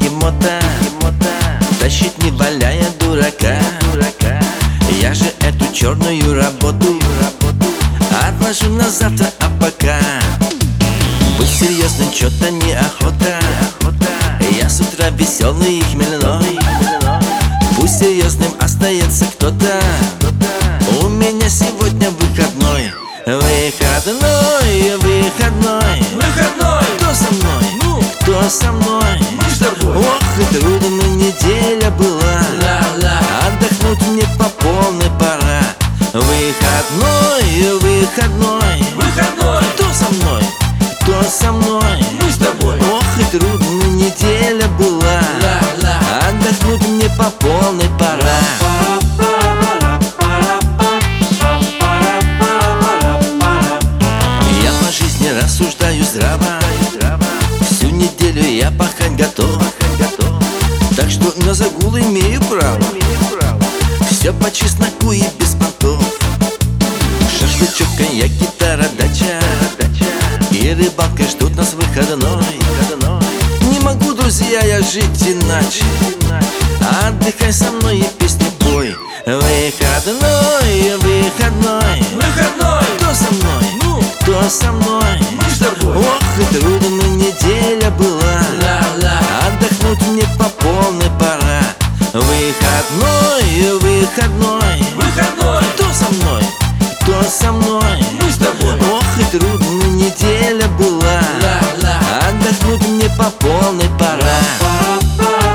Немота, тащит не валяя дурака Я же эту черную работу Отложу на завтра, а пока Быть серьезным что-то неохота Я с утра веселый и хмельной Пусть серьезным остается кто-то У меня сегодня выходной Выходной, выходной Выходной, Кто со мной? ну, Кто со мной? мы с тобой Ох, и трудная неделя была Ла-ла. Отдохнуть мне по полной пора Выходной, выходной Выходной, Кто со мной? Кто со мной? мы с тобой Ох, и трудная неделя была Ла-ла. Отдохнуть мне по полной пора Я по жизни рассуждаю здраво Всю неделю я пахать готов Так что на загул имею право Все по чесноку и без понтов Шашлычок, коньяк, гитара, дача И рыбалка ждут нас выходной Не могу, друзья, я жить иначе А Отдыхай со мной и песни бой Выходной, выходной Выходной, Кто со мной? ну, Кто со мной? мы с тобой Ох, и трудная неделя была Ла-ла. Отдохнуть мне по полной пора Выходной, выходной Выходной, Кто со мной? Кто со мной? мы с тобой Ох, и трудная неделя была Ла-ла. Отдохнуть мне по полной пора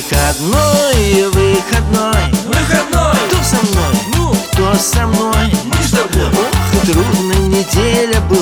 Выходной, выходной Выходной, Кто со мной? ну, Кто со мной? мы с тобой Ох, и трудная неделя была